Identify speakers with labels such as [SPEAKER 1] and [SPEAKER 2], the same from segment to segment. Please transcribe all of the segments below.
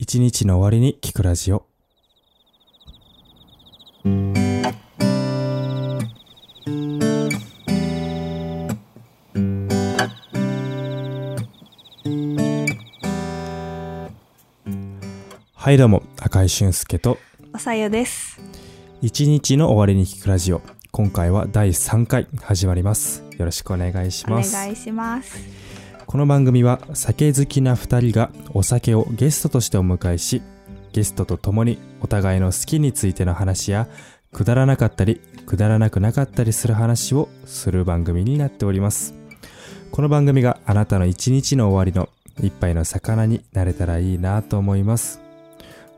[SPEAKER 1] 一日の終わりに聞くラジオ。はいどうも、赤井俊介と
[SPEAKER 2] おさゆです。
[SPEAKER 1] 一日の終わりに聞くラジオ。今回は第3回始まります。よろしくお願いし
[SPEAKER 2] お
[SPEAKER 1] ます。
[SPEAKER 2] 願いします。
[SPEAKER 1] この番組は酒好きな2人がお酒をゲストとしてお迎えしゲストと共にお互いの好きについての話やくだらなかったりくだらなくなかったりする話をする番組になっておりますこの番組があなたの一日の終わりの一杯の魚になれたらいいなと思います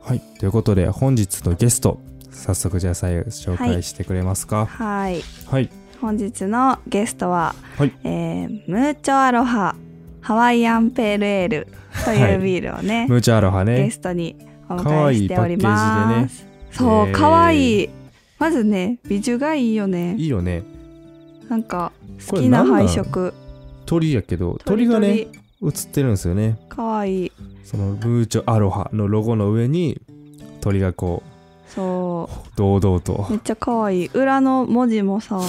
[SPEAKER 1] はいということで本日のゲスト早速じゃあ最後紹介してくれますか
[SPEAKER 2] はい、
[SPEAKER 1] はい
[SPEAKER 2] 本日のゲストは、
[SPEAKER 1] はい
[SPEAKER 2] えームーチョアロハハワイアンペールエールと
[SPEAKER 1] はいいう
[SPEAKER 2] ビールをね、
[SPEAKER 1] ムーチャアロハ
[SPEAKER 2] ゲ
[SPEAKER 1] ね
[SPEAKER 2] ストにお
[SPEAKER 1] 可
[SPEAKER 2] 迎え
[SPEAKER 1] 愛い
[SPEAKER 2] しております。そ
[SPEAKER 1] え
[SPEAKER 2] う、
[SPEAKER 1] ー
[SPEAKER 2] 可愛いまずね、美女がいいよね。
[SPEAKER 1] いいよね
[SPEAKER 2] なんか
[SPEAKER 1] こ
[SPEAKER 2] 好
[SPEAKER 1] れ
[SPEAKER 2] きな
[SPEAKER 1] 何なん
[SPEAKER 2] 配色、
[SPEAKER 1] 鳥やけど鳥がね
[SPEAKER 2] 鳥
[SPEAKER 1] 映ってるんですよね
[SPEAKER 2] 可愛い。
[SPEAKER 1] そのブーチョアロハのロゴの上に鳥がこ
[SPEAKER 2] そう
[SPEAKER 1] 堂々と
[SPEAKER 2] う、め、っちゃ可愛い。裏の文字もさ、
[SPEAKER 1] う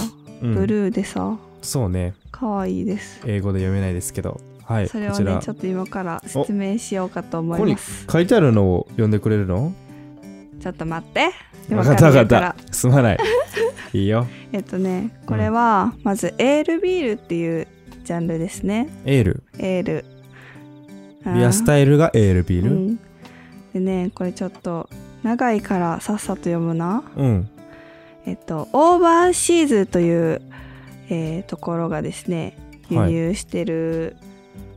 [SPEAKER 1] ん
[SPEAKER 2] ブルーでさ、
[SPEAKER 1] そうね
[SPEAKER 2] 可愛いです。
[SPEAKER 1] 英語で読めないですけどはい
[SPEAKER 2] それ
[SPEAKER 1] こ
[SPEAKER 2] を
[SPEAKER 1] ち
[SPEAKER 2] ね
[SPEAKER 1] ら
[SPEAKER 2] ちょっと今から説明しようかと思
[SPEAKER 1] ここ
[SPEAKER 2] い
[SPEAKER 1] に
[SPEAKER 2] ます
[SPEAKER 1] 書いてあるのを読んでくれるの
[SPEAKER 2] ちょっと待って
[SPEAKER 1] わかったわかっ
[SPEAKER 2] 今ら
[SPEAKER 1] たすま ないいいよ
[SPEAKER 2] えっとねこれはまずエールビールっていうジャンルですね
[SPEAKER 1] エール
[SPEAKER 2] エール
[SPEAKER 1] ビアス
[SPEAKER 2] イ
[SPEAKER 1] タイルがエールビール
[SPEAKER 2] でねこれちょっと長いからさっさと読むな
[SPEAKER 1] うん、
[SPEAKER 2] えっとオーバーシーズという、えーところがですね輸入してる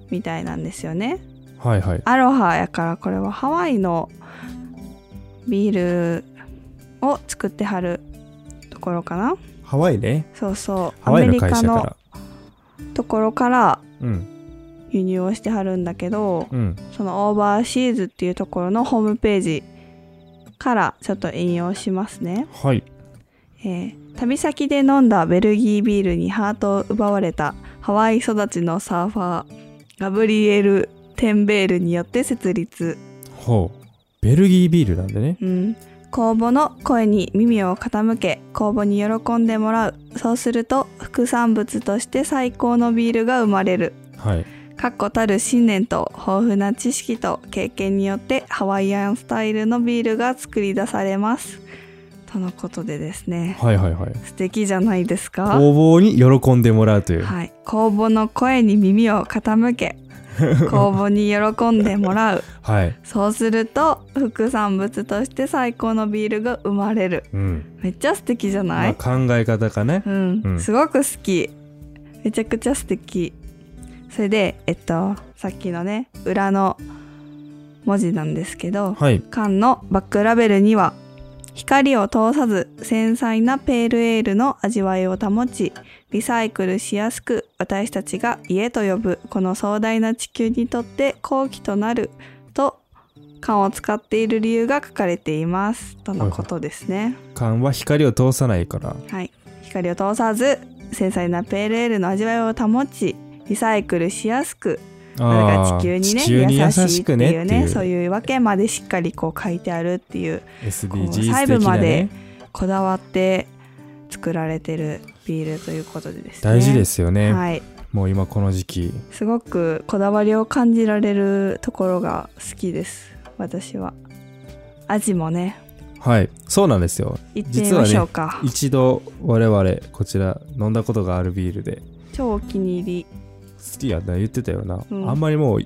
[SPEAKER 2] みたいなんですよね、
[SPEAKER 1] はいはい
[SPEAKER 2] アロハやからこれはハワイのビールを作ってはるところかな
[SPEAKER 1] ハワイね
[SPEAKER 2] そうそう
[SPEAKER 1] ハ
[SPEAKER 2] ア
[SPEAKER 1] ワイ
[SPEAKER 2] メ
[SPEAKER 1] の
[SPEAKER 2] リ
[SPEAKER 1] 会
[SPEAKER 2] カ
[SPEAKER 1] 社
[SPEAKER 2] の
[SPEAKER 1] か
[SPEAKER 2] ところから
[SPEAKER 1] らうん
[SPEAKER 2] 輸入をしてはるんだけど
[SPEAKER 1] うん
[SPEAKER 2] そのオーバーシーズっていうところのホームページからちょっと引用しますね、
[SPEAKER 1] はい
[SPEAKER 2] えー旅先で飲んだベルギービールにハートを奪われたハワイ育ちのサーファーガブリエル・テンベールによって設立
[SPEAKER 1] ほうベルギービールなんでね
[SPEAKER 2] うん、公募の声に耳を傾け公募に喜んでもらうそうすると副産物として最高のビールが生まれる
[SPEAKER 1] はい
[SPEAKER 2] 確固たる信念と豊富な知識と経験によってハワイアンスタイルのビールが作り出されますとのことでですね
[SPEAKER 1] はいはいはい
[SPEAKER 2] 素敵じゃないですか
[SPEAKER 1] 工房に喜んでもらうという、
[SPEAKER 2] はい、公募の声に耳を傾け公募に喜んでもらう
[SPEAKER 1] はい、
[SPEAKER 2] そうすると副産物として最高のビールが生まれる
[SPEAKER 1] うん
[SPEAKER 2] めっちゃ素敵じゃない、
[SPEAKER 1] まあ、考え方かね、
[SPEAKER 2] うん、
[SPEAKER 1] うん
[SPEAKER 2] すごく好きめちゃくちゃ素敵それでえっとさっきのね裏の文字なんですけど
[SPEAKER 1] はい
[SPEAKER 2] 缶のバックラベルには光を通さず繊細なペールエールの味わいを保ちリサイクルしやすく私たちが家と呼ぶこの壮大な地球にとって好機となると缶を使っている理由が書かれていますとのことですね。
[SPEAKER 1] 缶は光を通さないから
[SPEAKER 2] はい、光を通さず繊細なペールエールの味わいを保ちリサイクルしやすくそれが地球にね
[SPEAKER 1] 地球に優
[SPEAKER 2] 優しい
[SPEAKER 1] し
[SPEAKER 2] ってい
[SPEAKER 1] く
[SPEAKER 2] う
[SPEAKER 1] ね
[SPEAKER 2] ね
[SPEAKER 1] っていう
[SPEAKER 2] そういうわけまでしっかりこう書いてあるっていう
[SPEAKER 1] SDGs
[SPEAKER 2] こう
[SPEAKER 1] 的な、ね、
[SPEAKER 2] 細部までこだわって作られてるビールということでですね
[SPEAKER 1] 大事ですすよね、
[SPEAKER 2] はい、
[SPEAKER 1] もう今この時期
[SPEAKER 2] すごくこだわりを感じられるところが好きです私は味もね
[SPEAKER 1] はいそうなんですよ
[SPEAKER 2] いってみましょうか、
[SPEAKER 1] 一度我々こちら飲んだことがあるビールで
[SPEAKER 2] 超お気に入り、
[SPEAKER 1] 好きやな言ってたよな、
[SPEAKER 2] うん
[SPEAKER 1] あんまりもう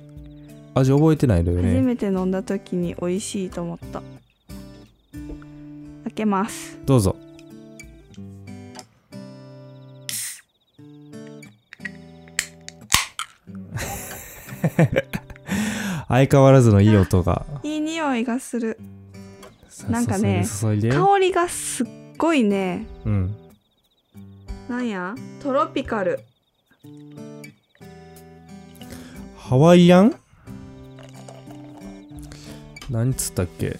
[SPEAKER 1] 味覚えてないのよ
[SPEAKER 2] 初
[SPEAKER 1] ね
[SPEAKER 2] めて飲んだ時に美味しいと思った開けます
[SPEAKER 1] ど うぞ相変わらずのいい音が
[SPEAKER 2] いい匂いがする
[SPEAKER 1] さ
[SPEAKER 2] なんかね
[SPEAKER 1] 注いで注いで
[SPEAKER 2] 香りがすっごいね
[SPEAKER 1] うん
[SPEAKER 2] なんやトロピカル
[SPEAKER 1] ハワイアン何つったっけ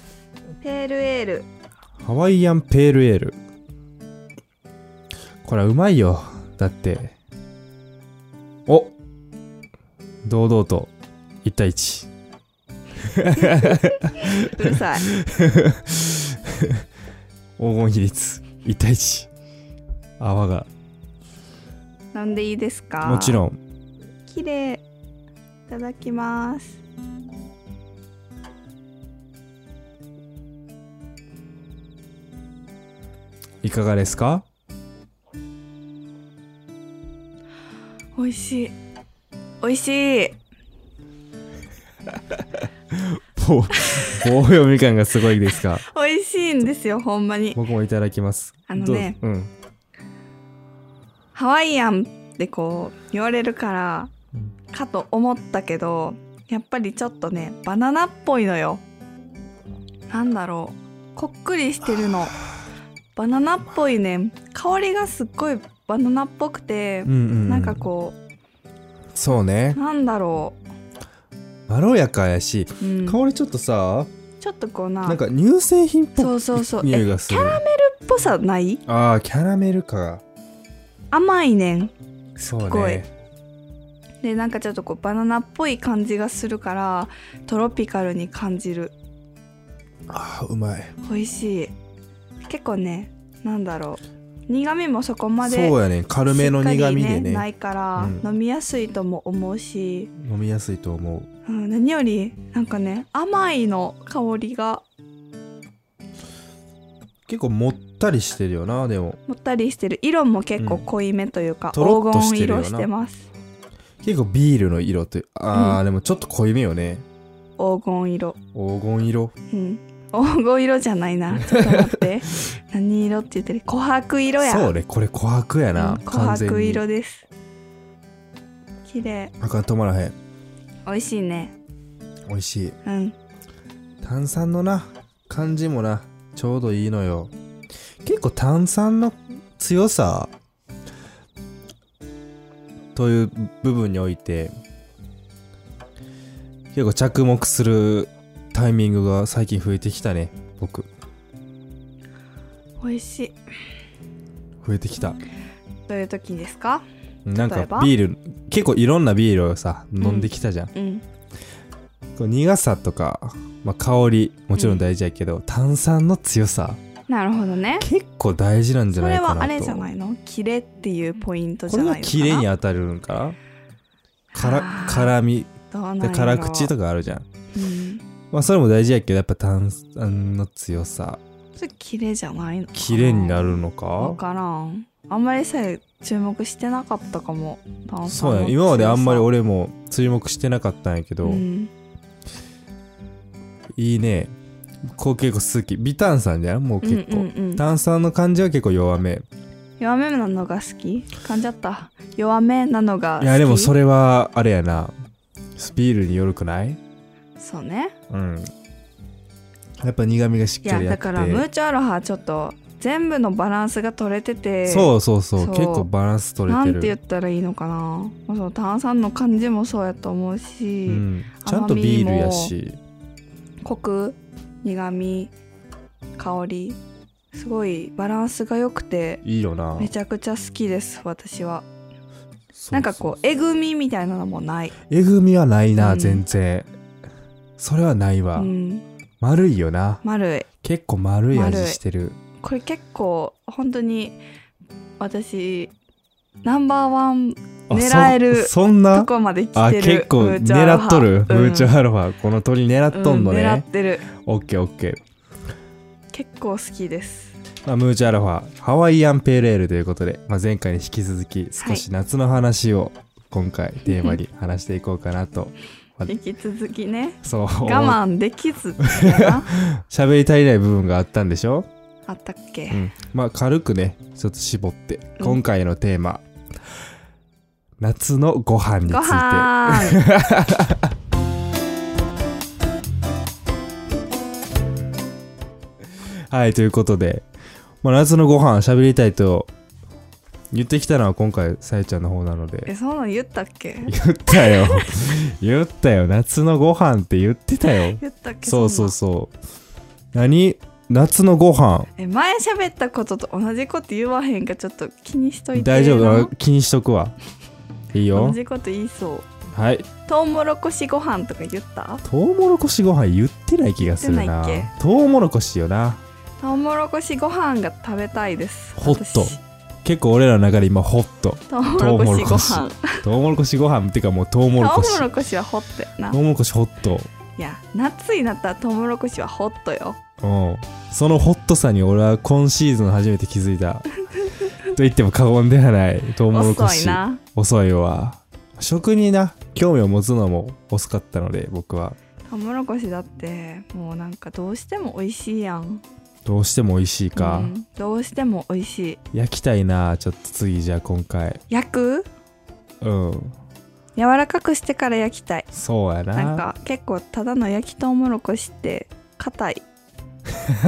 [SPEAKER 2] ペールエール
[SPEAKER 1] ハワイアンペールエールこれはうまいよだってお堂々と1対1
[SPEAKER 2] うる さい。
[SPEAKER 1] 黄金比率1対1泡が
[SPEAKER 2] なんでいいですか
[SPEAKER 1] もち
[SPEAKER 2] ん。
[SPEAKER 1] ろん
[SPEAKER 2] 綺麗。いただきます。
[SPEAKER 1] いかがですか
[SPEAKER 2] 美味しい。美味しい。
[SPEAKER 1] 棒棒読み感がすごいですか
[SPEAKER 2] 美味しいんですよ、ほんまに。
[SPEAKER 1] 僕もいただきます
[SPEAKER 2] あのね
[SPEAKER 1] どううん
[SPEAKER 2] ハワイアンってこう言われるから
[SPEAKER 1] うん
[SPEAKER 2] かと思ったけどやっぱりちょっとねバナナっぽいのよなんだろうこっくりしてるのバナナっぽいね香りがすっごいバナナっぽくて
[SPEAKER 1] うんうんうん
[SPEAKER 2] なんかこ
[SPEAKER 1] そうね
[SPEAKER 2] うなんだろ
[SPEAKER 1] まろやかやし
[SPEAKER 2] う、うん、
[SPEAKER 1] 香りちょっとさ
[SPEAKER 2] ちょっとこうな
[SPEAKER 1] なんか乳製品っぽい
[SPEAKER 2] そうそうそう
[SPEAKER 1] 匂い
[SPEAKER 2] え
[SPEAKER 1] がする
[SPEAKER 2] っぽさない
[SPEAKER 1] ああキャラメルか
[SPEAKER 2] 甘いねん
[SPEAKER 1] そう
[SPEAKER 2] すごい
[SPEAKER 1] ね
[SPEAKER 2] でなんかちょっとこうバナナっぽい感じがするからトロピカルに感じる
[SPEAKER 1] ああうまい
[SPEAKER 2] 美味しい結構ねなんだろう苦味もそこまで
[SPEAKER 1] そうやね軽めの苦味
[SPEAKER 2] しっか
[SPEAKER 1] で
[SPEAKER 2] り
[SPEAKER 1] ね
[SPEAKER 2] ないから、
[SPEAKER 1] うん
[SPEAKER 2] 飲みやすいとも思うし、
[SPEAKER 1] 飲みやすいと思う
[SPEAKER 2] うん、何よりなんかね甘いの香りが
[SPEAKER 1] 結構もったりしてるよなでも
[SPEAKER 2] もったりしてる色も結構濃いめというか、
[SPEAKER 1] うんとろっと
[SPEAKER 2] 黄
[SPEAKER 1] して
[SPEAKER 2] 金
[SPEAKER 1] るよな
[SPEAKER 2] 色してます
[SPEAKER 1] 結構ビールの色というああ、
[SPEAKER 2] う
[SPEAKER 1] でもちょっと濃いめよね
[SPEAKER 2] 黄金色
[SPEAKER 1] 黄金色
[SPEAKER 2] うん黄金色じゃないなちょっと待って 何色って言ってる琥珀色や
[SPEAKER 1] そうねこれ琥珀やな、
[SPEAKER 2] うん
[SPEAKER 1] 完
[SPEAKER 2] 琥
[SPEAKER 1] 全に
[SPEAKER 2] 珀色です綺麗
[SPEAKER 1] あかん止まらへん
[SPEAKER 2] 美味しいね
[SPEAKER 1] 美味しい
[SPEAKER 2] うん
[SPEAKER 1] 炭酸のな感じもなちょうどいいのよ結構炭酸の強さという部分において結構着目するタイミングが最近増えてきたね僕
[SPEAKER 2] 美味しい
[SPEAKER 1] 増えてきた
[SPEAKER 2] どういう時ですか
[SPEAKER 1] なん
[SPEAKER 2] 例え
[SPEAKER 1] か
[SPEAKER 2] ば
[SPEAKER 1] ビール結構いろんなビールをさ飲んできたじゃん、
[SPEAKER 2] うん
[SPEAKER 1] こう苦さとか、まあ、香りもちろん大事やけど、炭酸の強さ
[SPEAKER 2] なるほどね
[SPEAKER 1] 結構大事なんじゃ
[SPEAKER 2] そ
[SPEAKER 1] ない
[SPEAKER 2] れ
[SPEAKER 1] かなと
[SPEAKER 2] はあれじゃないのキレっていうポイントじ
[SPEAKER 1] こ
[SPEAKER 2] ゃ
[SPEAKER 1] れ
[SPEAKER 2] ないの
[SPEAKER 1] は
[SPEAKER 2] かな
[SPEAKER 1] キレに当たるんかなから
[SPEAKER 2] あー
[SPEAKER 1] 辛み
[SPEAKER 2] どうなんや
[SPEAKER 1] で
[SPEAKER 2] ろ
[SPEAKER 1] 辛口とかあるじゃん
[SPEAKER 2] うん
[SPEAKER 1] まあそれも大事やけどやっぱ炭酸の強さ
[SPEAKER 2] それキレじゃないのかな
[SPEAKER 1] キレになるのか
[SPEAKER 2] わからんあんまりさえ注目してなかったかも炭酸
[SPEAKER 1] そう
[SPEAKER 2] の
[SPEAKER 1] や今
[SPEAKER 2] 強さ
[SPEAKER 1] まであんまり俺も注目してなかったんやけど、
[SPEAKER 2] うん
[SPEAKER 1] いいねこう結構好き微炭酸じゃんもう結構、
[SPEAKER 2] うんうんうん
[SPEAKER 1] 炭酸の感じは結構弱め
[SPEAKER 2] 弱めなのが好き噛んじゃった弱めなのが好き
[SPEAKER 1] いやでもそ
[SPEAKER 2] れ
[SPEAKER 1] れはあれやなスピールによるくない
[SPEAKER 2] そうね
[SPEAKER 1] うんやっぱ苦味がしっ
[SPEAKER 2] い
[SPEAKER 1] か
[SPEAKER 2] や
[SPEAKER 1] りあって
[SPEAKER 2] だからムーチョアロハちょっと全部のバランスが取れてて
[SPEAKER 1] そうそうそう
[SPEAKER 2] そう
[SPEAKER 1] 結構バランス取れ
[SPEAKER 2] な
[SPEAKER 1] て
[SPEAKER 2] ん
[SPEAKER 1] る
[SPEAKER 2] て言ったらいいのかなまあその炭酸の感じもそうやと思うし、
[SPEAKER 1] うん、ちゃんとビールやし
[SPEAKER 2] コク苦味香りすごいバランスが良くて
[SPEAKER 1] いいよな
[SPEAKER 2] めちゃくちゃ好きです私は
[SPEAKER 1] そう
[SPEAKER 2] なんかこうえぐみみたいなのもない、
[SPEAKER 1] えぐみはないな、
[SPEAKER 2] うん
[SPEAKER 1] 全然それはないうわ、
[SPEAKER 2] ん、
[SPEAKER 1] 丸いよな
[SPEAKER 2] 丸い
[SPEAKER 1] 結構丸い味
[SPEAKER 2] 丸い
[SPEAKER 1] してる
[SPEAKER 2] これ結構本当に私ナンバーワン
[SPEAKER 1] あ
[SPEAKER 2] 狙える
[SPEAKER 1] そそんな
[SPEAKER 2] とこまで来
[SPEAKER 1] あ
[SPEAKER 2] てる
[SPEAKER 1] 結構
[SPEAKER 2] ムーチョアロ
[SPEAKER 1] 狙
[SPEAKER 2] ハ
[SPEAKER 1] っとる、
[SPEAKER 2] うん
[SPEAKER 1] ムーチョアロハこの鳥狙っとんの
[SPEAKER 2] う狙っ
[SPEAKER 1] ね、
[SPEAKER 2] てる
[SPEAKER 1] オッケーオッケー
[SPEAKER 2] 結構好きです
[SPEAKER 1] まあ、ムーチャラファハワイアンペーレールということで、まあ、前回に引き続き少し夏の話を今回テーマに話していこうかなと
[SPEAKER 2] 引き続きね
[SPEAKER 1] そう
[SPEAKER 2] 我
[SPEAKER 1] 思う
[SPEAKER 2] 慢できず だな
[SPEAKER 1] 喋り足りない部分があったんでしょ、
[SPEAKER 2] あったっ
[SPEAKER 1] う
[SPEAKER 2] け
[SPEAKER 1] ん、まあ軽くねちょっと絞って
[SPEAKER 2] うん
[SPEAKER 1] 今回のテーマ、夏のご飯につ
[SPEAKER 2] ご
[SPEAKER 1] い
[SPEAKER 2] はん
[SPEAKER 1] てはいということで、まあ、夏のご飯喋りたいと言ってきたのは今回さえちゃんの方なので
[SPEAKER 2] えそんなん言ったっけ
[SPEAKER 1] 言ったよ言ったよ夏のご飯って言ってたよ
[SPEAKER 2] 言ったっけ
[SPEAKER 1] そうそう
[SPEAKER 2] そ
[SPEAKER 1] そう。何夏のご飯
[SPEAKER 2] んなんえ前喋ったことと同じこと言わへんかちょっと気にしといて
[SPEAKER 1] 大丈夫
[SPEAKER 2] な
[SPEAKER 1] 気にしとくわ。いい
[SPEAKER 2] 同
[SPEAKER 1] よ。
[SPEAKER 2] じこと言いそう
[SPEAKER 1] はい
[SPEAKER 2] トウモロコシご飯とか言った
[SPEAKER 1] トウモロコシご飯言ってない気がするな
[SPEAKER 2] 言ってないっ
[SPEAKER 1] トウモロコシよな
[SPEAKER 2] トウモロコシご飯が食べたいです
[SPEAKER 1] ホット
[SPEAKER 2] 私
[SPEAKER 1] 結構俺らの中で今ホット
[SPEAKER 2] トウモロコシご飯
[SPEAKER 1] トウモロコシご飯っていうかもうトウモロ
[SPEAKER 2] トウ
[SPEAKER 1] コシ
[SPEAKER 2] モロコシはホットやな
[SPEAKER 1] トウモロコシホット
[SPEAKER 2] いや夏になったらトウモロコシはホットよ
[SPEAKER 1] うんそのホットさに俺は今シーズン初めて気づいたと言っても過言ではないトウモロコ
[SPEAKER 2] 遅い
[SPEAKER 1] シ
[SPEAKER 2] な
[SPEAKER 1] 遅いわ食にな興味を持つのも遅かったので僕は
[SPEAKER 2] トウモロコシだってもうなんかどうしても美味しいやん
[SPEAKER 1] どうしても美味しいか、
[SPEAKER 2] うんどうしても美味しい
[SPEAKER 1] 焼きたいなちょっと次じゃあ今回
[SPEAKER 2] 焼く
[SPEAKER 1] うん
[SPEAKER 2] 柔らかくしてから焼きたい
[SPEAKER 1] そうやな
[SPEAKER 2] なんか結構ただの焼きトウモロコシって硬 い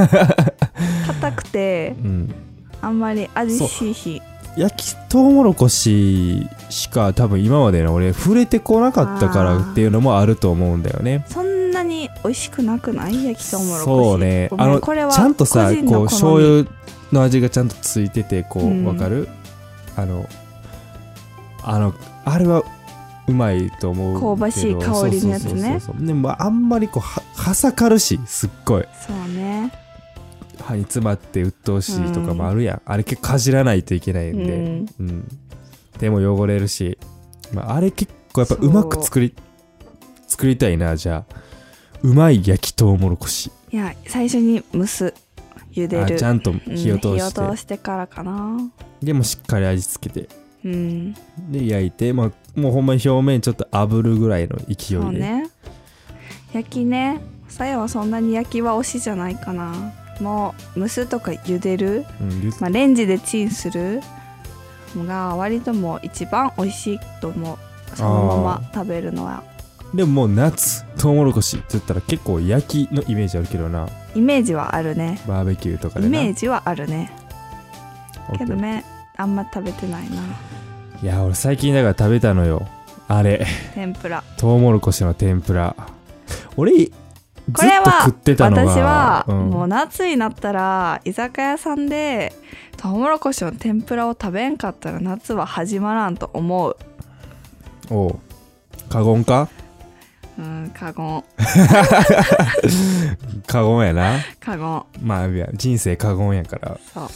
[SPEAKER 2] 硬くて
[SPEAKER 1] うん、
[SPEAKER 2] あんまり味しい日
[SPEAKER 1] 焼きとうもろこししか多分今までの俺触れてこなかったからっていうのもあると思うんだよね
[SPEAKER 2] そんなに美味しくなくない焼きトウモロコシ
[SPEAKER 1] そうね
[SPEAKER 2] ごめん
[SPEAKER 1] あの
[SPEAKER 2] これは
[SPEAKER 1] ちゃんとさ
[SPEAKER 2] 個人の
[SPEAKER 1] こ
[SPEAKER 2] 好
[SPEAKER 1] う
[SPEAKER 2] み
[SPEAKER 1] 醤油の味がちゃんとついててこう
[SPEAKER 2] うん
[SPEAKER 1] わ、かるあのあのあれはうまいと思うけど
[SPEAKER 2] 香ばしい香りのやつ
[SPEAKER 1] そ
[SPEAKER 2] ね
[SPEAKER 1] うそうそうそうでもあんまりこうははさかるしすっごい
[SPEAKER 2] そうね
[SPEAKER 1] 歯に詰まって鬱陶しいとかもあるやん、あれ結構かじらないといけないんで、
[SPEAKER 2] うん
[SPEAKER 1] うん手も汚れるし、まあ、あれ結構やっぱうまく作り作りたいなじゃあうまい焼きとうもろこし
[SPEAKER 2] いや最初に蒸す茹で
[SPEAKER 1] あ
[SPEAKER 2] る
[SPEAKER 1] ちゃんと
[SPEAKER 2] うん
[SPEAKER 1] 火を通して、
[SPEAKER 2] 火を通してからかな
[SPEAKER 1] でもしっかり味付けて
[SPEAKER 2] うん
[SPEAKER 1] で焼いて、まあ、もうほんまに表面ちょっと炙るぐらいの勢
[SPEAKER 2] そう
[SPEAKER 1] いで、
[SPEAKER 2] ね焼きねさやはそんなに焼きは推しじゃないかなもう蒸すとか茹でる、
[SPEAKER 1] うんゆ
[SPEAKER 2] まあ、レンジでチンするのが割ともう一番美味しいと思うそのまま食べるのは
[SPEAKER 1] でももう夏とうもろこしって言ったら結構焼きのイメージあるけどな
[SPEAKER 2] イメージはあるね
[SPEAKER 1] バーベキューとか
[SPEAKER 2] イ
[SPEAKER 1] でな
[SPEAKER 2] メージはあるね
[SPEAKER 1] オッケ
[SPEAKER 2] け
[SPEAKER 1] ー
[SPEAKER 2] どねあんま食べてないない
[SPEAKER 1] や俺最近だから食べたのよあれ
[SPEAKER 2] 天ぷら
[SPEAKER 1] トウモロコシの天ぷら俺ずっと
[SPEAKER 2] これは
[SPEAKER 1] 食ってたのが
[SPEAKER 2] 私は
[SPEAKER 1] うん
[SPEAKER 2] もう夏になったら居酒屋さんでトウモロコシの天ぷらを食べんかったら夏は始まらんと思う
[SPEAKER 1] おう過言か
[SPEAKER 2] うん過言
[SPEAKER 1] 過言やな
[SPEAKER 2] 過言
[SPEAKER 1] まあいや人生過言やから
[SPEAKER 2] そう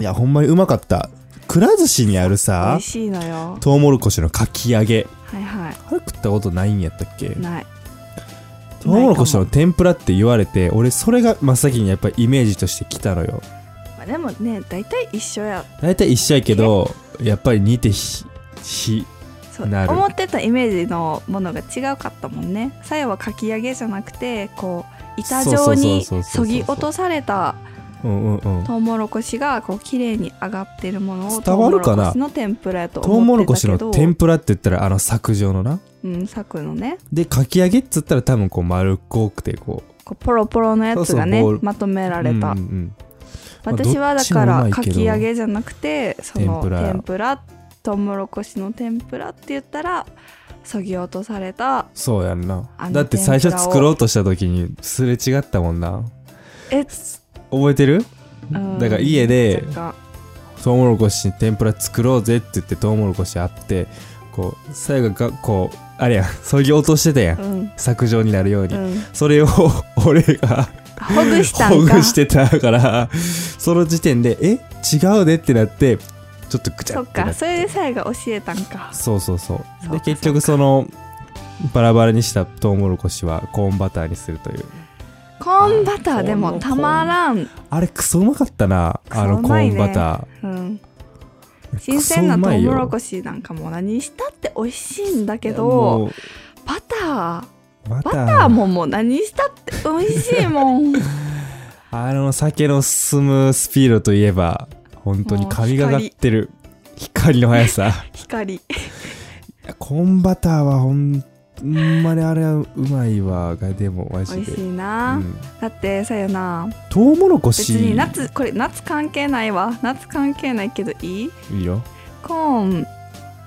[SPEAKER 1] いやほんまにうまかったくら寿司にある
[SPEAKER 2] 美
[SPEAKER 1] さ
[SPEAKER 2] 味しいのよ
[SPEAKER 1] トウモロコシのかき揚げ
[SPEAKER 2] はいは
[SPEAKER 1] あれ食ったことないんやったっけ
[SPEAKER 2] いない
[SPEAKER 1] トウモロコシの天ぷらって言われて俺それが真っ先にやっぱりイメージとしてきたのよ
[SPEAKER 2] まあ、でもね大体一緒や
[SPEAKER 1] 大体一緒やけどやっぱり似てひひ
[SPEAKER 2] そう
[SPEAKER 1] なる
[SPEAKER 2] 思ってたイメージのものが違うかったもんねさやはかき揚げじゃなくてこう板状に
[SPEAKER 1] そうそうそうそうそうそう
[SPEAKER 2] そぎ落とされた
[SPEAKER 1] うんうんうん
[SPEAKER 2] トウモロコシがこう綺麗に上がってるものを
[SPEAKER 1] 伝わるかな
[SPEAKER 2] トウモロコシの天ぷらやと
[SPEAKER 1] トウモ
[SPEAKER 2] 思っ
[SPEAKER 1] ロ
[SPEAKER 2] て
[SPEAKER 1] コ
[SPEAKER 2] た
[SPEAKER 1] シ
[SPEAKER 2] け
[SPEAKER 1] の
[SPEAKER 2] ど
[SPEAKER 1] 天ぷらって言ったらあの削除のな
[SPEAKER 2] うん裂くのね
[SPEAKER 1] でかき揚げっつったら多分こう丸っこくてこう
[SPEAKER 2] こうポロポロのやつがね
[SPEAKER 1] そうそうボール
[SPEAKER 2] まとめられた、
[SPEAKER 1] うんうんうんまあ
[SPEAKER 2] 私はだ
[SPEAKER 1] ど
[SPEAKER 2] か
[SPEAKER 1] っ
[SPEAKER 2] ら
[SPEAKER 1] ちもうま
[SPEAKER 2] か
[SPEAKER 1] いけど
[SPEAKER 2] き揚げじゃなくてその
[SPEAKER 1] 天ぷら
[SPEAKER 2] 天ぷらトウモロコシの天ぷらって言ったらそぎ落とされた
[SPEAKER 1] そうやんな
[SPEAKER 2] あの
[SPEAKER 1] だって最初作ろうとした時にすれ違ったもんな
[SPEAKER 2] え
[SPEAKER 1] 覚えてる
[SPEAKER 2] うん
[SPEAKER 1] だから家で
[SPEAKER 2] 若干
[SPEAKER 1] トウモロコシに天ぷら作ろうぜって言ってトウモロコシあってこう最後がこうあれやん そぎ落としてたやん
[SPEAKER 2] うん
[SPEAKER 1] 削除になるように、
[SPEAKER 2] うん
[SPEAKER 1] それを 俺が
[SPEAKER 2] ほぐした
[SPEAKER 1] ほ
[SPEAKER 2] んか
[SPEAKER 1] ぐしてたからその時点でえ違うねってなってちょっとぐちゃ
[SPEAKER 2] そ
[SPEAKER 1] っ
[SPEAKER 2] って
[SPEAKER 1] な
[SPEAKER 2] か
[SPEAKER 1] っ
[SPEAKER 2] そ
[SPEAKER 1] て
[SPEAKER 2] れでさやが教えたんか
[SPEAKER 1] そうそうそう
[SPEAKER 2] そう
[SPEAKER 1] で
[SPEAKER 2] か
[SPEAKER 1] 結局そのバラバラにしたトウモロコシはコーンバターにするという
[SPEAKER 2] コーンバターでもたまらん、
[SPEAKER 1] あれクソうまかったな
[SPEAKER 2] クソ
[SPEAKER 1] あの
[SPEAKER 2] う
[SPEAKER 1] コ
[SPEAKER 2] まい
[SPEAKER 1] ーン
[SPEAKER 2] ね
[SPEAKER 1] バタ
[SPEAKER 2] うん、新鮮なトウモロコ
[SPEAKER 1] シ
[SPEAKER 2] シなんかもう何したって美味しいんだけ
[SPEAKER 1] け
[SPEAKER 2] どバター
[SPEAKER 1] バタ
[SPEAKER 2] バタ
[SPEAKER 1] ー
[SPEAKER 2] ーももう何したって美味しいもん
[SPEAKER 1] あの酒の進むスピードといえば本当に神がかってる光の速さ
[SPEAKER 2] 光
[SPEAKER 1] いやコーンバターはほんほんまにあれはうまいわがでもマジ
[SPEAKER 2] 美味
[SPEAKER 1] で
[SPEAKER 2] しいうな、
[SPEAKER 1] ん
[SPEAKER 2] だってさよな
[SPEAKER 1] トウモロコ
[SPEAKER 2] 別
[SPEAKER 1] シ
[SPEAKER 2] に夏これ夏関係ないわ夏関係ないけどいい
[SPEAKER 1] いいよ
[SPEAKER 2] コーン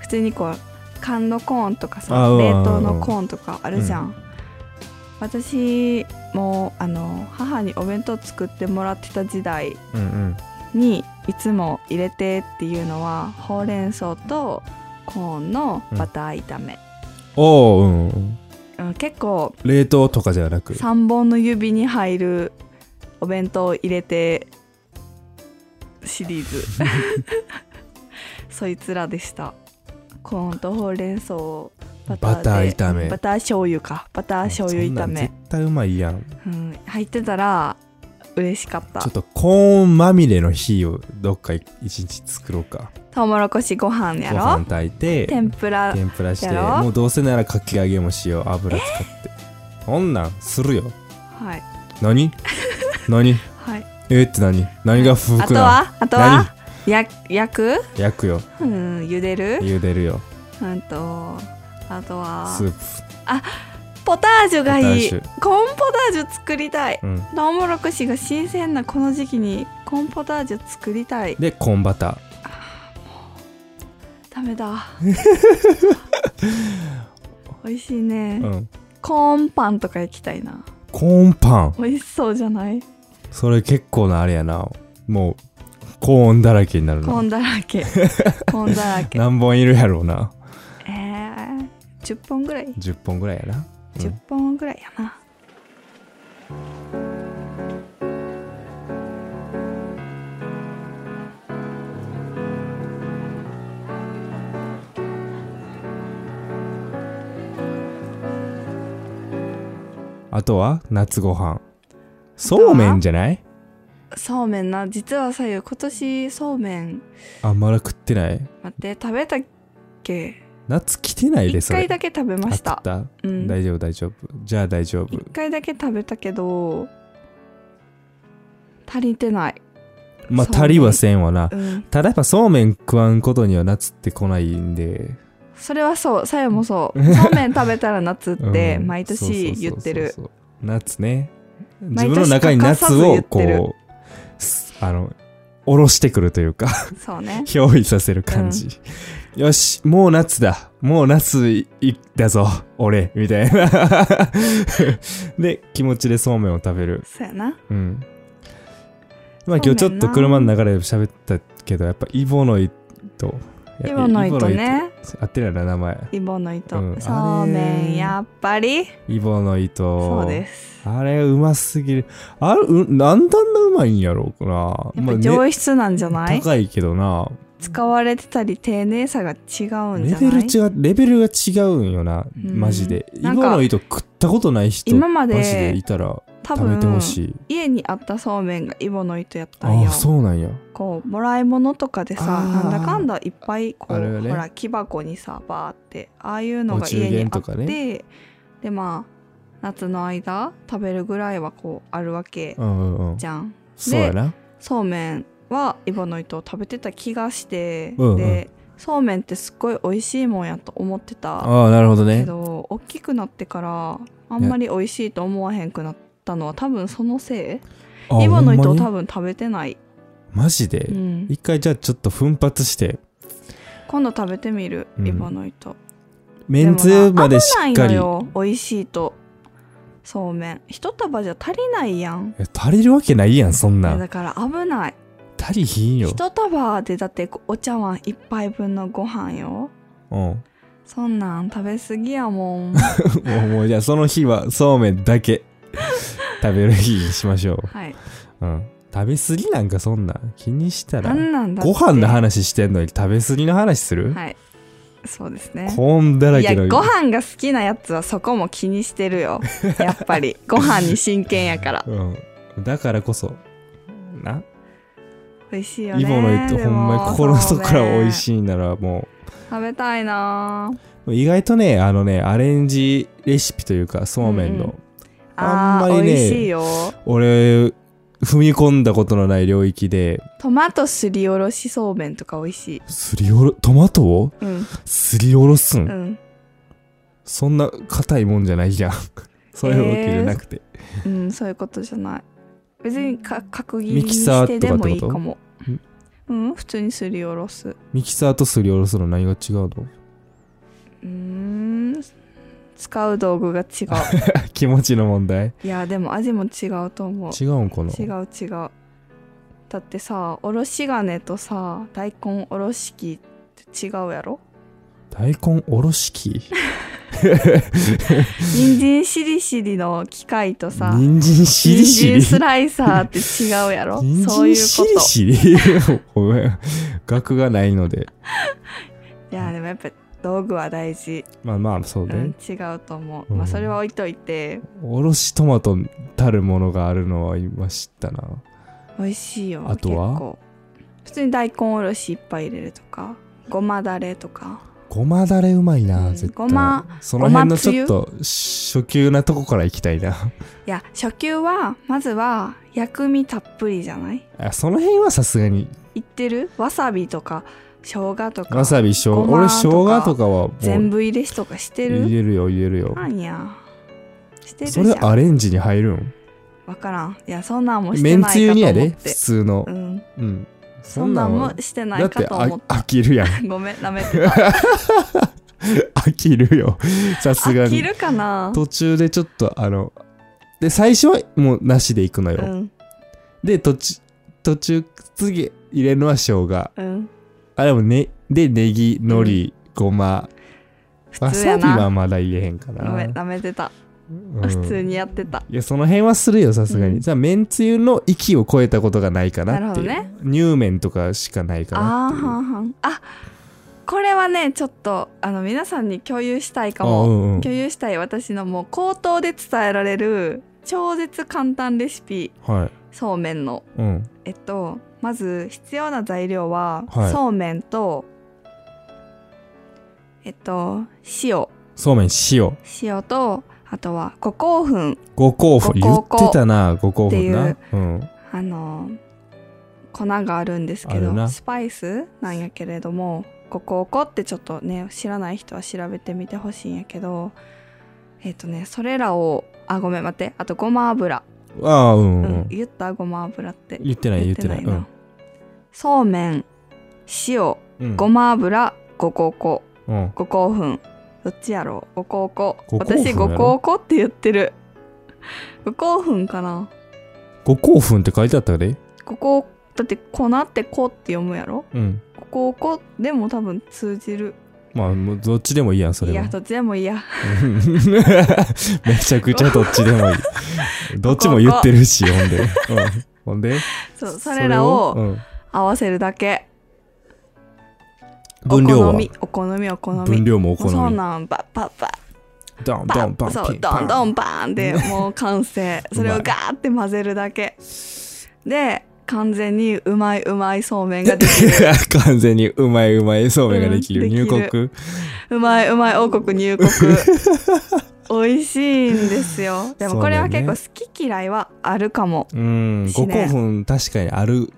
[SPEAKER 2] 普通にこう缶のコーンとかさ
[SPEAKER 1] あうん
[SPEAKER 2] 冷凍のコーンとかあるじゃん、私もあの母にお弁当作ってもらってた時代
[SPEAKER 1] うんうん
[SPEAKER 2] にいつも入れてっていうのはほうれん草とコーンのバター炒め、
[SPEAKER 1] おおうん
[SPEAKER 2] うん結構
[SPEAKER 1] 冷凍とかじゃなく
[SPEAKER 2] 3本の指に入るお弁当を入れてシリー ズそいつらでしたコーンとほうれん草をバター
[SPEAKER 1] バター
[SPEAKER 2] で
[SPEAKER 1] 炒め
[SPEAKER 2] バター醤油かバター醤油
[SPEAKER 1] そんな
[SPEAKER 2] 炒
[SPEAKER 1] ん
[SPEAKER 2] め
[SPEAKER 1] 絶、対うまいやんち
[SPEAKER 2] うん、入ってたら嬉しかった
[SPEAKER 1] ょっとコーンまみれの日をどっか一日作ろうか
[SPEAKER 2] トウモロコシご飯や
[SPEAKER 1] ご
[SPEAKER 2] ろ
[SPEAKER 1] 飯炊いて
[SPEAKER 2] 天ぷら
[SPEAKER 1] 天ぷらして
[SPEAKER 2] やろ
[SPEAKER 1] もうどうせならかき揚げもしよう油使ってこんなんするよ
[SPEAKER 2] はい
[SPEAKER 1] 何何
[SPEAKER 2] はい
[SPEAKER 1] えーって何何が不
[SPEAKER 2] あ
[SPEAKER 1] 服
[SPEAKER 2] と
[SPEAKER 1] な
[SPEAKER 2] はあとはや焼く、
[SPEAKER 1] の焼くよ
[SPEAKER 2] うん、茹でる
[SPEAKER 1] 茹でるよ
[SPEAKER 2] うんとあとは
[SPEAKER 1] スー
[SPEAKER 2] ポタージュがいい
[SPEAKER 1] ポタージ
[SPEAKER 2] コーンポタージュ作りたい
[SPEAKER 1] プ、うん、
[SPEAKER 2] トウモロコシが新鮮なこの時期にコーンポタージュ作りたい
[SPEAKER 1] でコーンバター
[SPEAKER 2] ダ メだ美味しいね、
[SPEAKER 1] うん、
[SPEAKER 2] コーンパンとか行きたいな
[SPEAKER 1] コーンパン
[SPEAKER 2] 美味しそうじゃない
[SPEAKER 1] それ結構なあれやなもうコーンだらけになる
[SPEAKER 2] コー
[SPEAKER 1] な
[SPEAKER 2] ンだら けコーンだらけ
[SPEAKER 1] 何本いるやろうな
[SPEAKER 2] えー、10本ぐらい
[SPEAKER 1] 10本ぐらいやな、うん
[SPEAKER 2] 10本ぐらいやな、
[SPEAKER 1] あとは夏ご飯そうめんじゃない
[SPEAKER 2] そうめんな実はさゆ今年そうめん
[SPEAKER 1] あんまだ食ってない
[SPEAKER 2] 待って食べたっけ
[SPEAKER 1] 夏来てないで
[SPEAKER 2] 一
[SPEAKER 1] それ
[SPEAKER 2] 回だけ食べまし
[SPEAKER 1] あ
[SPEAKER 2] た
[SPEAKER 1] 食った
[SPEAKER 2] うん
[SPEAKER 1] 大丈夫大丈夫じゃあ大丈夫
[SPEAKER 2] 一回だけ食べたけど足りてない、
[SPEAKER 1] まあ
[SPEAKER 2] そうね
[SPEAKER 1] 足りはせんわな
[SPEAKER 2] うん、
[SPEAKER 1] ただやっぱそうめん食わんことには夏って来ないんで
[SPEAKER 2] それはそうさやもそうそうめん食べたら夏って
[SPEAKER 1] うん
[SPEAKER 2] 毎年言ってる
[SPEAKER 1] そうそうそうそう夏ね自
[SPEAKER 2] 毎年
[SPEAKER 1] 分の中に夏を
[SPEAKER 2] 欠かさず言って
[SPEAKER 1] こうすあの下ろしてくるというか
[SPEAKER 2] そうね
[SPEAKER 1] 憑依させる感じ、よしもう夏だもう夏いいだぞ俺みたいな で気持ちでそうめんを食べる
[SPEAKER 2] そうやな
[SPEAKER 1] うんまあ
[SPEAKER 2] そう
[SPEAKER 1] 今日ち
[SPEAKER 2] ねんな
[SPEAKER 1] ょっと車の中で喋ったけどやっぱイボノイといや
[SPEAKER 2] イボの糸
[SPEAKER 1] イボノイ
[SPEAKER 2] ね
[SPEAKER 1] と合ってるやろ名前
[SPEAKER 2] イボの糸、
[SPEAKER 1] うん
[SPEAKER 2] そうめ
[SPEAKER 1] あれ
[SPEAKER 2] んやっぱり
[SPEAKER 1] イボノイと
[SPEAKER 2] そうです
[SPEAKER 1] あれうますぎるあれうなんだんだうまいんやろうか
[SPEAKER 2] や
[SPEAKER 1] な
[SPEAKER 2] っぱ
[SPEAKER 1] まあね
[SPEAKER 2] 上質なんじゃない、
[SPEAKER 1] 高いけどな
[SPEAKER 2] 使われてたり丁寧さが違うんじ
[SPEAKER 1] レ
[SPEAKER 2] ゃ
[SPEAKER 1] ベ
[SPEAKER 2] な
[SPEAKER 1] ル
[SPEAKER 2] い
[SPEAKER 1] 違うレベルが違うんよな
[SPEAKER 2] うん
[SPEAKER 1] マジでイボ
[SPEAKER 2] なんか
[SPEAKER 1] ノイと食ったことない人
[SPEAKER 2] 今まで
[SPEAKER 1] マジでいたら
[SPEAKER 2] 多
[SPEAKER 1] 食べてほ
[SPEAKER 2] 分
[SPEAKER 1] しい
[SPEAKER 2] 家にあったそうめんがイボの糸やったん
[SPEAKER 1] あ
[SPEAKER 2] よ
[SPEAKER 1] あそうなんや
[SPEAKER 2] こうもらい物とかでさ
[SPEAKER 1] あー
[SPEAKER 2] なんだかんだいっぱいこ
[SPEAKER 1] あ
[SPEAKER 2] う、
[SPEAKER 1] るよね
[SPEAKER 2] ほら木箱にさバーってああいうのが
[SPEAKER 1] お中
[SPEAKER 2] 家に
[SPEAKER 1] 元
[SPEAKER 2] あ
[SPEAKER 1] と
[SPEAKER 2] って、
[SPEAKER 1] かね
[SPEAKER 2] でまあ夏の間食べるぐらいはこうあるわけ
[SPEAKER 1] うんうんうん
[SPEAKER 2] じゃん。
[SPEAKER 1] そうやな
[SPEAKER 2] そうめんはイボの糸を食べてた気がして、
[SPEAKER 1] うんうん
[SPEAKER 2] でそうめんってすっごい美味しいもんやと思ってた
[SPEAKER 1] ああなるほど
[SPEAKER 2] け
[SPEAKER 1] ね
[SPEAKER 2] ど大きくなってからあんまり美味しいと思わへんくなったのは多分そのせいイボの糸を
[SPEAKER 1] 分
[SPEAKER 2] 多分食べてない、
[SPEAKER 1] マジで、
[SPEAKER 2] うん、
[SPEAKER 1] 一回じゃあちょっと奮発して
[SPEAKER 2] 今度食べてみる、
[SPEAKER 1] うん
[SPEAKER 2] イボの糸
[SPEAKER 1] めんつゆまでしっかり
[SPEAKER 2] で
[SPEAKER 1] い
[SPEAKER 2] もな危ないのよ美味しいとそうめん一束じゃ足りないやん
[SPEAKER 1] や足りるわけないやんそん
[SPEAKER 2] い
[SPEAKER 1] な
[SPEAKER 2] や
[SPEAKER 1] ん
[SPEAKER 2] だから危ない
[SPEAKER 1] 足りひんよ、
[SPEAKER 2] 一束でだってお茶碗一杯分のご飯よ
[SPEAKER 1] うん、も
[SPEAKER 2] そんなん食べ過ぎやも ん
[SPEAKER 1] うもうじゃあその日はそうめんだ け食べる日にしましょ
[SPEAKER 2] はい、
[SPEAKER 1] う、うん、食べ過ぎなんかそんな気にした
[SPEAKER 2] な
[SPEAKER 1] ら
[SPEAKER 2] んなんだって
[SPEAKER 1] ご飯の話してんのに食べ過ぎの話する、
[SPEAKER 2] はいそうですね
[SPEAKER 1] コーンだら
[SPEAKER 2] い
[SPEAKER 1] け
[SPEAKER 2] や
[SPEAKER 1] の
[SPEAKER 2] ご飯が好きなやつはそこも気にしてるよ やっぱりご飯に真剣やから
[SPEAKER 1] うん、だからこそな
[SPEAKER 2] 美味しいよね
[SPEAKER 1] イボの糸
[SPEAKER 2] で
[SPEAKER 1] ほん
[SPEAKER 2] も
[SPEAKER 1] まに心の底から
[SPEAKER 2] そうね
[SPEAKER 1] 美味しいならもう
[SPEAKER 2] 食べたいなぁ
[SPEAKER 1] 意外とねあのねアレンジレシピというかそうめんの、
[SPEAKER 2] うんうん
[SPEAKER 1] あ
[SPEAKER 2] あ
[SPEAKER 1] ん
[SPEAKER 2] ー
[SPEAKER 1] まりね
[SPEAKER 2] 美味しいよ
[SPEAKER 1] 俺踏み込んだことのない領域で
[SPEAKER 2] トマトすりおろしそうめんとか美味しい
[SPEAKER 1] すりおろトマトを
[SPEAKER 2] うん
[SPEAKER 1] すりおろすん、
[SPEAKER 2] うん
[SPEAKER 1] そんな硬いもんじゃないじゃん そういうわけじゃなくて、
[SPEAKER 2] うんそういうことじゃない別にか角切り
[SPEAKER 1] ミ
[SPEAKER 2] に
[SPEAKER 1] キサー
[SPEAKER 2] し
[SPEAKER 1] とかっててこと
[SPEAKER 2] でもいいかもうん普通にすりおろす
[SPEAKER 1] ミキサーとすりおろすの何が違うの
[SPEAKER 2] うーん使う 道具が違う
[SPEAKER 1] 気持ちの問題
[SPEAKER 2] いやでも味も違うと思う
[SPEAKER 1] 違うんかな
[SPEAKER 2] 違う違うだってさおろし金とさ 大根おろし器って違うやろ
[SPEAKER 1] 大根おろし器
[SPEAKER 2] 人参しりしりの機械とさ
[SPEAKER 1] 人参しりしり
[SPEAKER 2] 人参スライサーって違うやろ
[SPEAKER 1] 人
[SPEAKER 2] そう
[SPEAKER 1] 参
[SPEAKER 2] いう
[SPEAKER 1] し
[SPEAKER 2] こと
[SPEAKER 1] りしりごめん額がないので
[SPEAKER 2] いやでもやっぱ道具は大事、
[SPEAKER 1] まあまあそう
[SPEAKER 2] う
[SPEAKER 1] ね
[SPEAKER 2] ん、違うと思う、
[SPEAKER 1] うん
[SPEAKER 2] まあそれは置いといて
[SPEAKER 1] おろしトマトたるものがあるのは言いましたな
[SPEAKER 2] 美味しいよ
[SPEAKER 1] あとは
[SPEAKER 2] 結構普通に大根おろしいっぱい入れるとかごまだれとか
[SPEAKER 1] ごまだれうまいな、
[SPEAKER 2] うん
[SPEAKER 1] 絶対
[SPEAKER 2] ごま
[SPEAKER 1] その辺の
[SPEAKER 2] ごまつ
[SPEAKER 1] ちょ
[SPEAKER 2] ゆ
[SPEAKER 1] っと初級なとこから行きたいない
[SPEAKER 2] や初級はまずは薬味たっぷりじゃない
[SPEAKER 1] あその辺はさすがに
[SPEAKER 2] いってるわさびとか生姜とか
[SPEAKER 1] わさびしょう
[SPEAKER 2] ごま
[SPEAKER 1] 俺
[SPEAKER 2] とか
[SPEAKER 1] 生姜とかはもう
[SPEAKER 2] 全部入れしとかして
[SPEAKER 1] 入
[SPEAKER 2] る
[SPEAKER 1] れるよ入れるよ
[SPEAKER 2] なんやしてるじ
[SPEAKER 1] それ
[SPEAKER 2] ゃん
[SPEAKER 1] アレンジに入るん
[SPEAKER 2] わからんいやそんなんもして
[SPEAKER 1] め
[SPEAKER 2] ない
[SPEAKER 1] ん
[SPEAKER 2] か
[SPEAKER 1] つ
[SPEAKER 2] と思
[SPEAKER 1] ゆ
[SPEAKER 2] って
[SPEAKER 1] にやで普通の
[SPEAKER 2] うん
[SPEAKER 1] うん
[SPEAKER 2] そんなん
[SPEAKER 1] は
[SPEAKER 2] もしてな
[SPEAKER 1] だ
[SPEAKER 2] い
[SPEAKER 1] って
[SPEAKER 2] かと思っ
[SPEAKER 1] あ飽きるやん
[SPEAKER 2] てごめんなめてた
[SPEAKER 1] 飽きるよさすが
[SPEAKER 2] 飽き
[SPEAKER 1] に
[SPEAKER 2] るかな
[SPEAKER 1] 途中でちょっとあので最初はもうなしでいくのよ、
[SPEAKER 2] うん
[SPEAKER 1] で途中途中次入れるのは生姜
[SPEAKER 2] うん
[SPEAKER 1] あでもねでネギ海苔ごまわ
[SPEAKER 2] 普通
[SPEAKER 1] さ
[SPEAKER 2] や
[SPEAKER 1] びは
[SPEAKER 2] な
[SPEAKER 1] まだ入れへんか
[SPEAKER 2] ごめん
[SPEAKER 1] な
[SPEAKER 2] なめてた
[SPEAKER 1] うん
[SPEAKER 2] 普通にやってた
[SPEAKER 1] いやその辺はするよさすがに、
[SPEAKER 2] うん
[SPEAKER 1] じゃあめんつゆの域を超えたことがないかなっていう
[SPEAKER 2] なるほ
[SPEAKER 1] 乳麺とかしかないかな
[SPEAKER 2] あ
[SPEAKER 1] っ
[SPEAKER 2] ー
[SPEAKER 1] ていう
[SPEAKER 2] はんはんあこれはねちょっとあの皆さんに共有したいかも、
[SPEAKER 1] あうんうん
[SPEAKER 2] 共有したい私のもう口頭で伝えられる超絶簡単レシピ
[SPEAKER 1] はい
[SPEAKER 2] そうめんの
[SPEAKER 1] うん
[SPEAKER 2] えっとまず必要な材料は、
[SPEAKER 1] はい
[SPEAKER 2] そうめんとえっと塩
[SPEAKER 1] そうめん塩
[SPEAKER 2] 塩とあとは五香粉
[SPEAKER 1] 五香粉言
[SPEAKER 2] 五香粉
[SPEAKER 1] ってたな五香粉
[SPEAKER 2] っ
[SPEAKER 1] な
[SPEAKER 2] て
[SPEAKER 1] うん
[SPEAKER 2] あの粉があるんですけ
[SPEAKER 1] ある
[SPEAKER 2] ど
[SPEAKER 1] な
[SPEAKER 2] スパイスなんやけれどもこここってちょっとね知らない人は調べてみてほしいんやけどえっ、とねそれらをあごめん待ってあとごま油、
[SPEAKER 1] ああうん、
[SPEAKER 2] う
[SPEAKER 1] うんん、
[SPEAKER 2] 言ったごま油って
[SPEAKER 1] 言ってない言ってないうん
[SPEAKER 2] そうめん塩
[SPEAKER 1] うん
[SPEAKER 2] ごま油ごここ
[SPEAKER 1] うん
[SPEAKER 2] ご興奮どっちやろうごここ
[SPEAKER 1] 五香粉
[SPEAKER 2] 私
[SPEAKER 1] や
[SPEAKER 2] ご
[SPEAKER 1] ろ
[SPEAKER 2] ここって言ってるご興奮かな
[SPEAKER 1] 五香粉って書いてあったで
[SPEAKER 2] ここだって粉ってこって読むやろ
[SPEAKER 1] うん
[SPEAKER 2] こここでも多分通じる
[SPEAKER 1] まあもうどっちでもいいやんそれ
[SPEAKER 2] い
[SPEAKER 1] は
[SPEAKER 2] やどっちでもいいや
[SPEAKER 1] うんめちゃくちゃどっちで もいいどっちも言ってるしほんで、うん、ほんで
[SPEAKER 2] そうそれらを
[SPEAKER 1] うん
[SPEAKER 2] 合わせるだけ
[SPEAKER 1] 分量
[SPEAKER 2] お好
[SPEAKER 1] は
[SPEAKER 2] みお好みお好み
[SPEAKER 1] 分量もお好
[SPEAKER 2] もうそう
[SPEAKER 1] み
[SPEAKER 2] なんバッバッバッ
[SPEAKER 1] ドン
[SPEAKER 2] バ
[SPEAKER 1] ド
[SPEAKER 2] ッ
[SPEAKER 1] ンバン
[SPEAKER 2] そう
[SPEAKER 1] ピン
[SPEAKER 2] ド
[SPEAKER 1] パ
[SPEAKER 2] ン
[SPEAKER 1] ン
[SPEAKER 2] ドンバーンでもう 完成それをガーって混ぜるだけで完全にうまいうまいそうめんができる
[SPEAKER 1] 完全にうまいうまいそうめんができる、
[SPEAKER 2] うん
[SPEAKER 1] 入
[SPEAKER 2] でき
[SPEAKER 1] 国
[SPEAKER 2] うまいうまい王国 入国美味しいんですよでもこれは結構好き嫌いはあるかも
[SPEAKER 1] うん
[SPEAKER 2] し
[SPEAKER 1] ご
[SPEAKER 2] ね
[SPEAKER 1] 興奮確かにある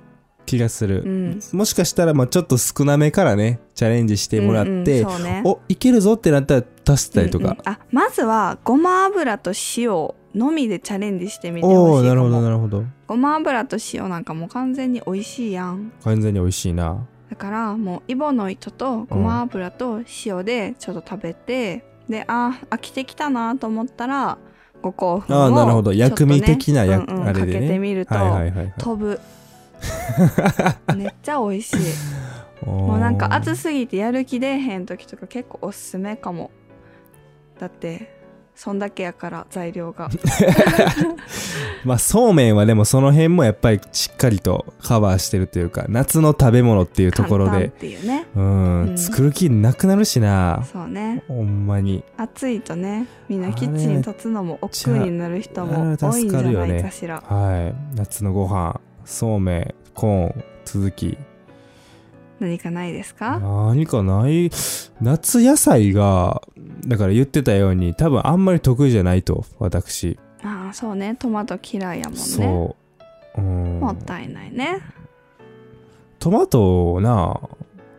[SPEAKER 1] 気がする、
[SPEAKER 2] うん
[SPEAKER 1] もしかしたらまあちょっと少なめからねチャレンジしてもらって、
[SPEAKER 2] うんうんそうね
[SPEAKER 1] おいけるぞってなったら足したりと
[SPEAKER 2] うん
[SPEAKER 1] か
[SPEAKER 2] う、んあまずはごま油と塩のみでチャレンジしてみて
[SPEAKER 1] お
[SPEAKER 2] ほ
[SPEAKER 1] お
[SPEAKER 2] しい
[SPEAKER 1] な
[SPEAKER 2] か
[SPEAKER 1] るほど
[SPEAKER 2] も
[SPEAKER 1] なるほど
[SPEAKER 2] ごま油と塩なんかもう完全に美味しいやん
[SPEAKER 1] 完全に美味しいな
[SPEAKER 2] だからもうイボの糸とごま油と塩でちょっと食べて、であー飽きてきたなと思ったらご興奮を
[SPEAKER 1] あーなるほど
[SPEAKER 2] ちょっとね
[SPEAKER 1] 薬味的なや
[SPEAKER 2] うんうん
[SPEAKER 1] あれでね
[SPEAKER 2] かけてみると、
[SPEAKER 1] はいはいはいはい
[SPEAKER 2] 飛ぶめっちゃ美味しい
[SPEAKER 1] も
[SPEAKER 2] もうなんか暑すぎてやる気出えへん時とか結構おすすめかもだってそんだけやから材料 が
[SPEAKER 1] まあそうめんはでもその辺もやっぱりしっかりとカバーしてるというか夏の食べ物っていうと
[SPEAKER 2] 簡
[SPEAKER 1] ころ
[SPEAKER 2] 単っ
[SPEAKER 1] で
[SPEAKER 2] ていうね
[SPEAKER 1] うん、
[SPEAKER 2] うん
[SPEAKER 1] 作る気なくなるしな
[SPEAKER 2] そうね
[SPEAKER 1] ほんまに
[SPEAKER 2] 暑いとねみんなキッチンに立つのも億劫になる人も
[SPEAKER 1] あれ
[SPEAKER 2] 多いんじ
[SPEAKER 1] 助
[SPEAKER 2] ゃ
[SPEAKER 1] かるよ
[SPEAKER 2] ない
[SPEAKER 1] ね
[SPEAKER 2] かしら
[SPEAKER 1] はい夏のご飯そうめんコーン続き
[SPEAKER 2] 何かないですか
[SPEAKER 1] 何かない夏野菜がだから言ってたように多分あんまり得意じゃないと私
[SPEAKER 2] ああそうねトマト嫌いやもんね
[SPEAKER 1] そううん
[SPEAKER 2] もったいないね
[SPEAKER 1] トマトをな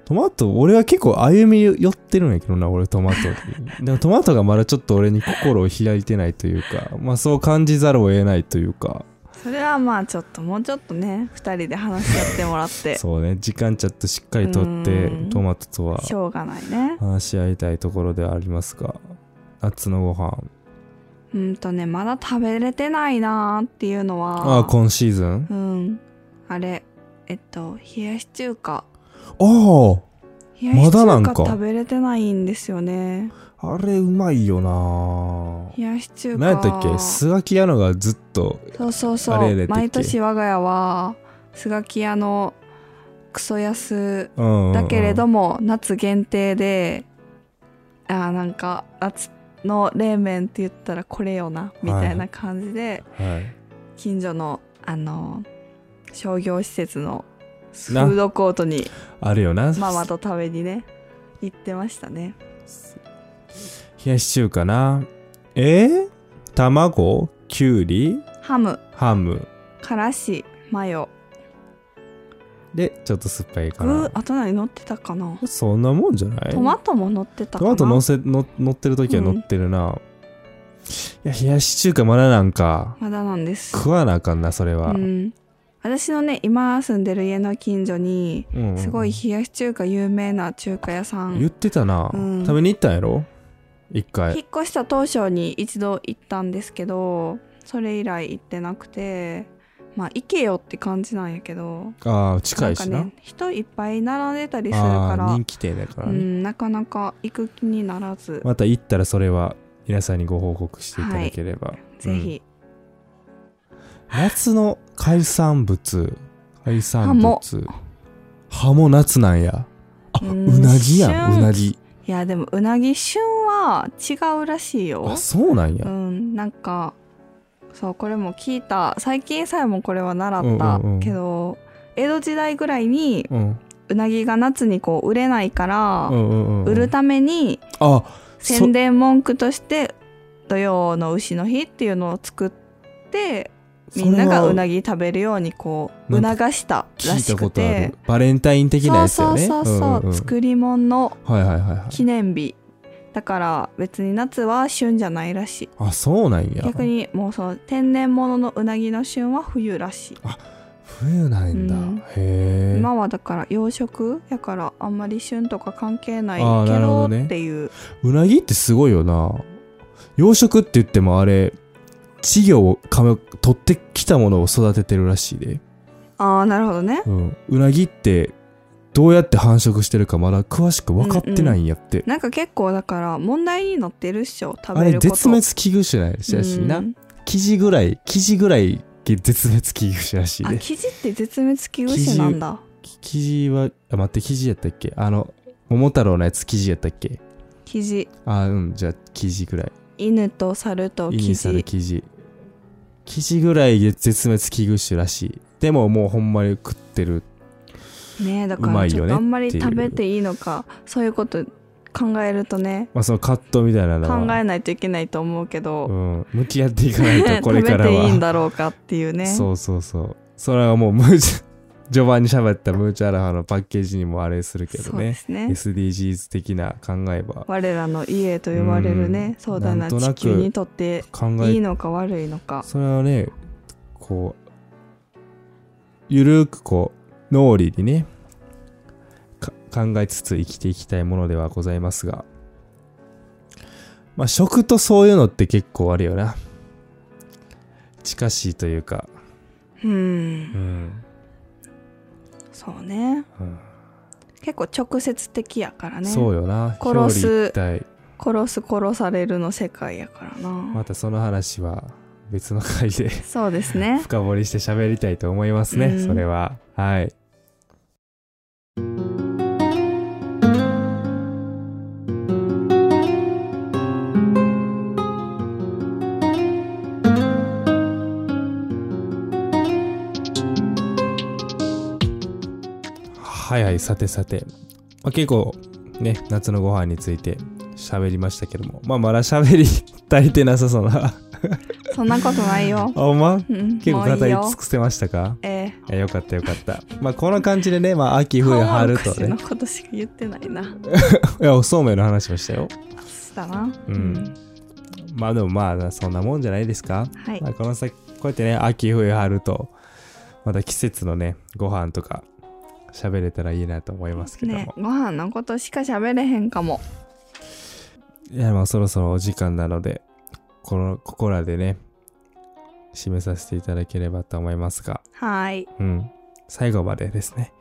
[SPEAKER 1] トマト俺は結構歩み寄ってるんやけどな俺トマト にでもトマトがまだちょっと俺に心を開いてないというかまあそう感じざるを得ないというか
[SPEAKER 2] それはまあちょっともうちょっとね2人で話し合ってもらってし
[SPEAKER 1] そうね時間ちょっとしっかりとって
[SPEAKER 2] うん
[SPEAKER 1] トマトとは
[SPEAKER 2] ょうがないね
[SPEAKER 1] 話し合いたいところではありますが夏のご飯
[SPEAKER 2] うんとねまだ食べれてないなーっていうのは
[SPEAKER 1] ああ今シーズン
[SPEAKER 2] うんあれえっと冷やし中華
[SPEAKER 1] ああ
[SPEAKER 2] 冷
[SPEAKER 1] ま
[SPEAKER 2] やし
[SPEAKER 1] だな
[SPEAKER 2] 中
[SPEAKER 1] んか
[SPEAKER 2] 華食べれてないんですよね
[SPEAKER 1] あれうまいよな
[SPEAKER 2] 冷やし中華
[SPEAKER 1] 何やったっけスガキヤのがずっと
[SPEAKER 2] そうそう
[SPEAKER 1] あ
[SPEAKER 2] そ
[SPEAKER 1] れやで
[SPEAKER 2] う
[SPEAKER 1] てっけ
[SPEAKER 2] 毎年我が家はスガキ屋のクソ安
[SPEAKER 1] うんうんうん
[SPEAKER 2] だけれども、夏限定であーなんか夏の冷麺って言ったらこれよなみたいな感じで、
[SPEAKER 1] はい
[SPEAKER 2] 近所のあの商業施設のフ
[SPEAKER 1] な
[SPEAKER 2] ードコートに
[SPEAKER 1] あるよな
[SPEAKER 2] ママと食べにね行ってましたね
[SPEAKER 1] 冷やし中華なえー、卵きゅうり
[SPEAKER 2] ハム
[SPEAKER 1] ハム
[SPEAKER 2] からしマヨ
[SPEAKER 1] でちょっと酸っぱいか
[SPEAKER 2] 具
[SPEAKER 1] な
[SPEAKER 2] あと何乗ってたかな
[SPEAKER 1] そんなもんじゃない
[SPEAKER 2] トマトも乗って
[SPEAKER 1] ト
[SPEAKER 2] たかな
[SPEAKER 1] マト乗せの乗ってる時は乗ってるな、いや冷やし中華まだなんか
[SPEAKER 2] まだなんです
[SPEAKER 1] 食わなあかんなそれは、
[SPEAKER 2] うん、私のね今住んでる家の近所に
[SPEAKER 1] うん
[SPEAKER 2] すごい冷やし中華有名な中華屋さん、
[SPEAKER 1] 言ってたな、
[SPEAKER 2] うん
[SPEAKER 1] 食べに行ったんやろ一回
[SPEAKER 2] 引っ越した当初に一度行ったんですけどそれ以来行ってなくてまあ行けよって感じなんやけど
[SPEAKER 1] ああ近いし
[SPEAKER 2] な
[SPEAKER 1] なん
[SPEAKER 2] かね人いっぱい並んでたりする
[SPEAKER 1] あ
[SPEAKER 2] か
[SPEAKER 1] あ
[SPEAKER 2] ら、
[SPEAKER 1] ー人気店だから
[SPEAKER 2] う
[SPEAKER 1] ね、
[SPEAKER 2] ん、なかなか行く気にならず、
[SPEAKER 1] また行ったらそれは皆さんにご報告していただければ、
[SPEAKER 2] ぜひ、
[SPEAKER 1] 夏の海産物海産
[SPEAKER 2] ハ
[SPEAKER 1] 物ハモ夏なんやあ
[SPEAKER 2] う
[SPEAKER 1] うんなぎやん
[SPEAKER 2] 旬
[SPEAKER 1] うなぎ
[SPEAKER 2] いやでもうなぎ旬は違うらしいよ
[SPEAKER 1] あそうなんや、
[SPEAKER 2] うん、なんかそうこれも聞いた最近さえもこれは習
[SPEAKER 1] うん
[SPEAKER 2] った
[SPEAKER 1] うんうん
[SPEAKER 2] けど、江戸時代ぐらいに
[SPEAKER 1] うん、
[SPEAKER 2] うなぎが夏にこう売れないから、
[SPEAKER 1] うんうんうん
[SPEAKER 2] 売るために
[SPEAKER 1] あそ
[SPEAKER 2] 宣伝文句として「土曜の牛の日」っていうのを作ってみんながうな
[SPEAKER 1] ぎ
[SPEAKER 2] ぎ食べるようにこう
[SPEAKER 1] なん
[SPEAKER 2] 促
[SPEAKER 1] か
[SPEAKER 2] したら
[SPEAKER 1] 聞い
[SPEAKER 2] したく
[SPEAKER 1] ことあ
[SPEAKER 2] て
[SPEAKER 1] るバレンタイン的な
[SPEAKER 2] そう
[SPEAKER 1] やつ
[SPEAKER 2] そ
[SPEAKER 1] よ
[SPEAKER 2] う
[SPEAKER 1] ね
[SPEAKER 2] そうそう、
[SPEAKER 1] んんん
[SPEAKER 2] 作り物の
[SPEAKER 1] はいはいはいはい
[SPEAKER 2] 記念日だから別に夏は旬じゃないらしい
[SPEAKER 1] あそうなんや
[SPEAKER 2] 逆にもうその天然物のうなぎの旬は冬らしい、
[SPEAKER 1] 冬なんだ、
[SPEAKER 2] うん
[SPEAKER 1] へえ
[SPEAKER 2] 今はだから養殖やからあんまり旬とか関係ない
[SPEAKER 1] あー
[SPEAKER 2] け
[SPEAKER 1] なるほ
[SPEAKER 2] ど
[SPEAKER 1] どね
[SPEAKER 2] っていう
[SPEAKER 1] うなぎってすごいよな養殖って言ってもあれ稚魚をかめ取ってきたものを育ててるらしいで、
[SPEAKER 2] ああなるほどね
[SPEAKER 1] うん、うなぎってどうやって繁殖してるかまだ詳しく分かってないんやって、
[SPEAKER 2] なんか結構だから問題になってるっしょ食
[SPEAKER 1] あ
[SPEAKER 2] べ
[SPEAKER 1] れ
[SPEAKER 2] ること
[SPEAKER 1] 絶滅危惧種なんやし
[SPEAKER 2] うん
[SPEAKER 1] な生地ぐらい生地ぐらい絶滅危惧種らしい
[SPEAKER 2] あ
[SPEAKER 1] で
[SPEAKER 2] 生地って絶滅危惧種なんだ
[SPEAKER 1] 生地はあ待って生地やったっけあの桃太郎のやつ生地やったっけ
[SPEAKER 2] 生地
[SPEAKER 1] あうんじゃあ生地ぐらい
[SPEAKER 2] 犬と猿と
[SPEAKER 1] イ
[SPEAKER 2] 生
[SPEAKER 1] ニシャル
[SPEAKER 2] 地
[SPEAKER 1] 記事記事ぐらいで絶滅危惧種らしいでももうほんまに食ってる
[SPEAKER 2] ねえだ
[SPEAKER 1] う
[SPEAKER 2] か
[SPEAKER 1] ま
[SPEAKER 2] ら
[SPEAKER 1] い
[SPEAKER 2] ち
[SPEAKER 1] よ
[SPEAKER 2] ょっ
[SPEAKER 1] ね
[SPEAKER 2] とあんまり
[SPEAKER 1] っていう
[SPEAKER 2] 食べていいのかそういうこと考えるとね
[SPEAKER 1] まあそのカットみたいなの
[SPEAKER 2] 考
[SPEAKER 1] は
[SPEAKER 2] えないといけないと思うけど、
[SPEAKER 1] うん、向き合っていかない とこ
[SPEAKER 2] 食
[SPEAKER 1] れ
[SPEAKER 2] べ
[SPEAKER 1] からは
[SPEAKER 2] ていいんだろうかっていうね
[SPEAKER 1] そうそうそうそれはもうムーチャ 序盤に喋ったムーチャラハのパッケージにもあれするけど
[SPEAKER 2] そうで
[SPEAKER 1] ね
[SPEAKER 2] すね
[SPEAKER 1] SDGs 的な考えは
[SPEAKER 2] 我らの家と呼ばれるね
[SPEAKER 1] うん
[SPEAKER 2] 壮大
[SPEAKER 1] な
[SPEAKER 2] な
[SPEAKER 1] んとな
[SPEAKER 2] 地
[SPEAKER 1] く
[SPEAKER 2] 球にとって
[SPEAKER 1] 考
[SPEAKER 2] いい
[SPEAKER 1] え
[SPEAKER 2] のか悪いのか
[SPEAKER 1] それはねこうゆるーくこう脳裏にねか考えつつ生きていきたいものではございますがまあ食とそういうのって結構あるよな近しいというか
[SPEAKER 2] うん、
[SPEAKER 1] うん、
[SPEAKER 2] そうね
[SPEAKER 1] うん
[SPEAKER 2] 結構直接的やからね
[SPEAKER 1] そうよな
[SPEAKER 2] 殺す
[SPEAKER 1] 表裏一体
[SPEAKER 2] 殺す殺されるの世界やからな、
[SPEAKER 1] またその話は別の回で
[SPEAKER 2] そうです ね
[SPEAKER 1] 深掘りして喋りたいと思いますね、
[SPEAKER 2] うん
[SPEAKER 1] それははいはいはいさてさて、まあ、結構ね夏のご飯について喋りましたけどもまあまだ喋り足りてなさそうな あ
[SPEAKER 2] そんなことな いよ、
[SPEAKER 1] ほんま
[SPEAKER 2] うん、
[SPEAKER 1] 結構
[SPEAKER 2] もう
[SPEAKER 1] 語
[SPEAKER 2] いい
[SPEAKER 1] り
[SPEAKER 2] よ
[SPEAKER 1] 尽くせましたか
[SPEAKER 2] え
[SPEAKER 1] い
[SPEAKER 2] え
[SPEAKER 1] やよかったよかったまあこの感じでね、まあ、秋冬春と
[SPEAKER 2] の
[SPEAKER 1] ね
[SPEAKER 2] ことしか言ってないな。
[SPEAKER 1] いやそうめんの話もしたよ
[SPEAKER 2] そうだな。
[SPEAKER 1] うんまあでもまあそんなもんじゃないですか、
[SPEAKER 2] はい
[SPEAKER 1] ま。あ、この先こうやってね秋冬春とまた季節のねご飯とか喋れたらいいなと思いますけども、
[SPEAKER 2] ね、ご飯のことしか喋れへんかも。
[SPEAKER 1] いやまあそろそろお時間なのでこのここらでね締めさせていただければと思いますが
[SPEAKER 2] はい。
[SPEAKER 1] うん最後までですね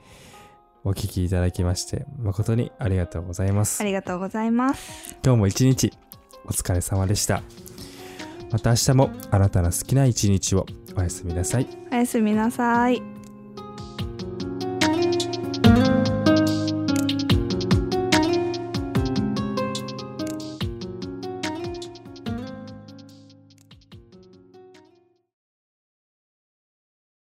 [SPEAKER 1] お聞きいただきまして誠にありがとうございます
[SPEAKER 2] あ。りがとうございます。
[SPEAKER 1] 今日も一日お疲れ様でした。また明日もあなたの好きな一日をおやすみなさい。
[SPEAKER 2] おやすみなさい。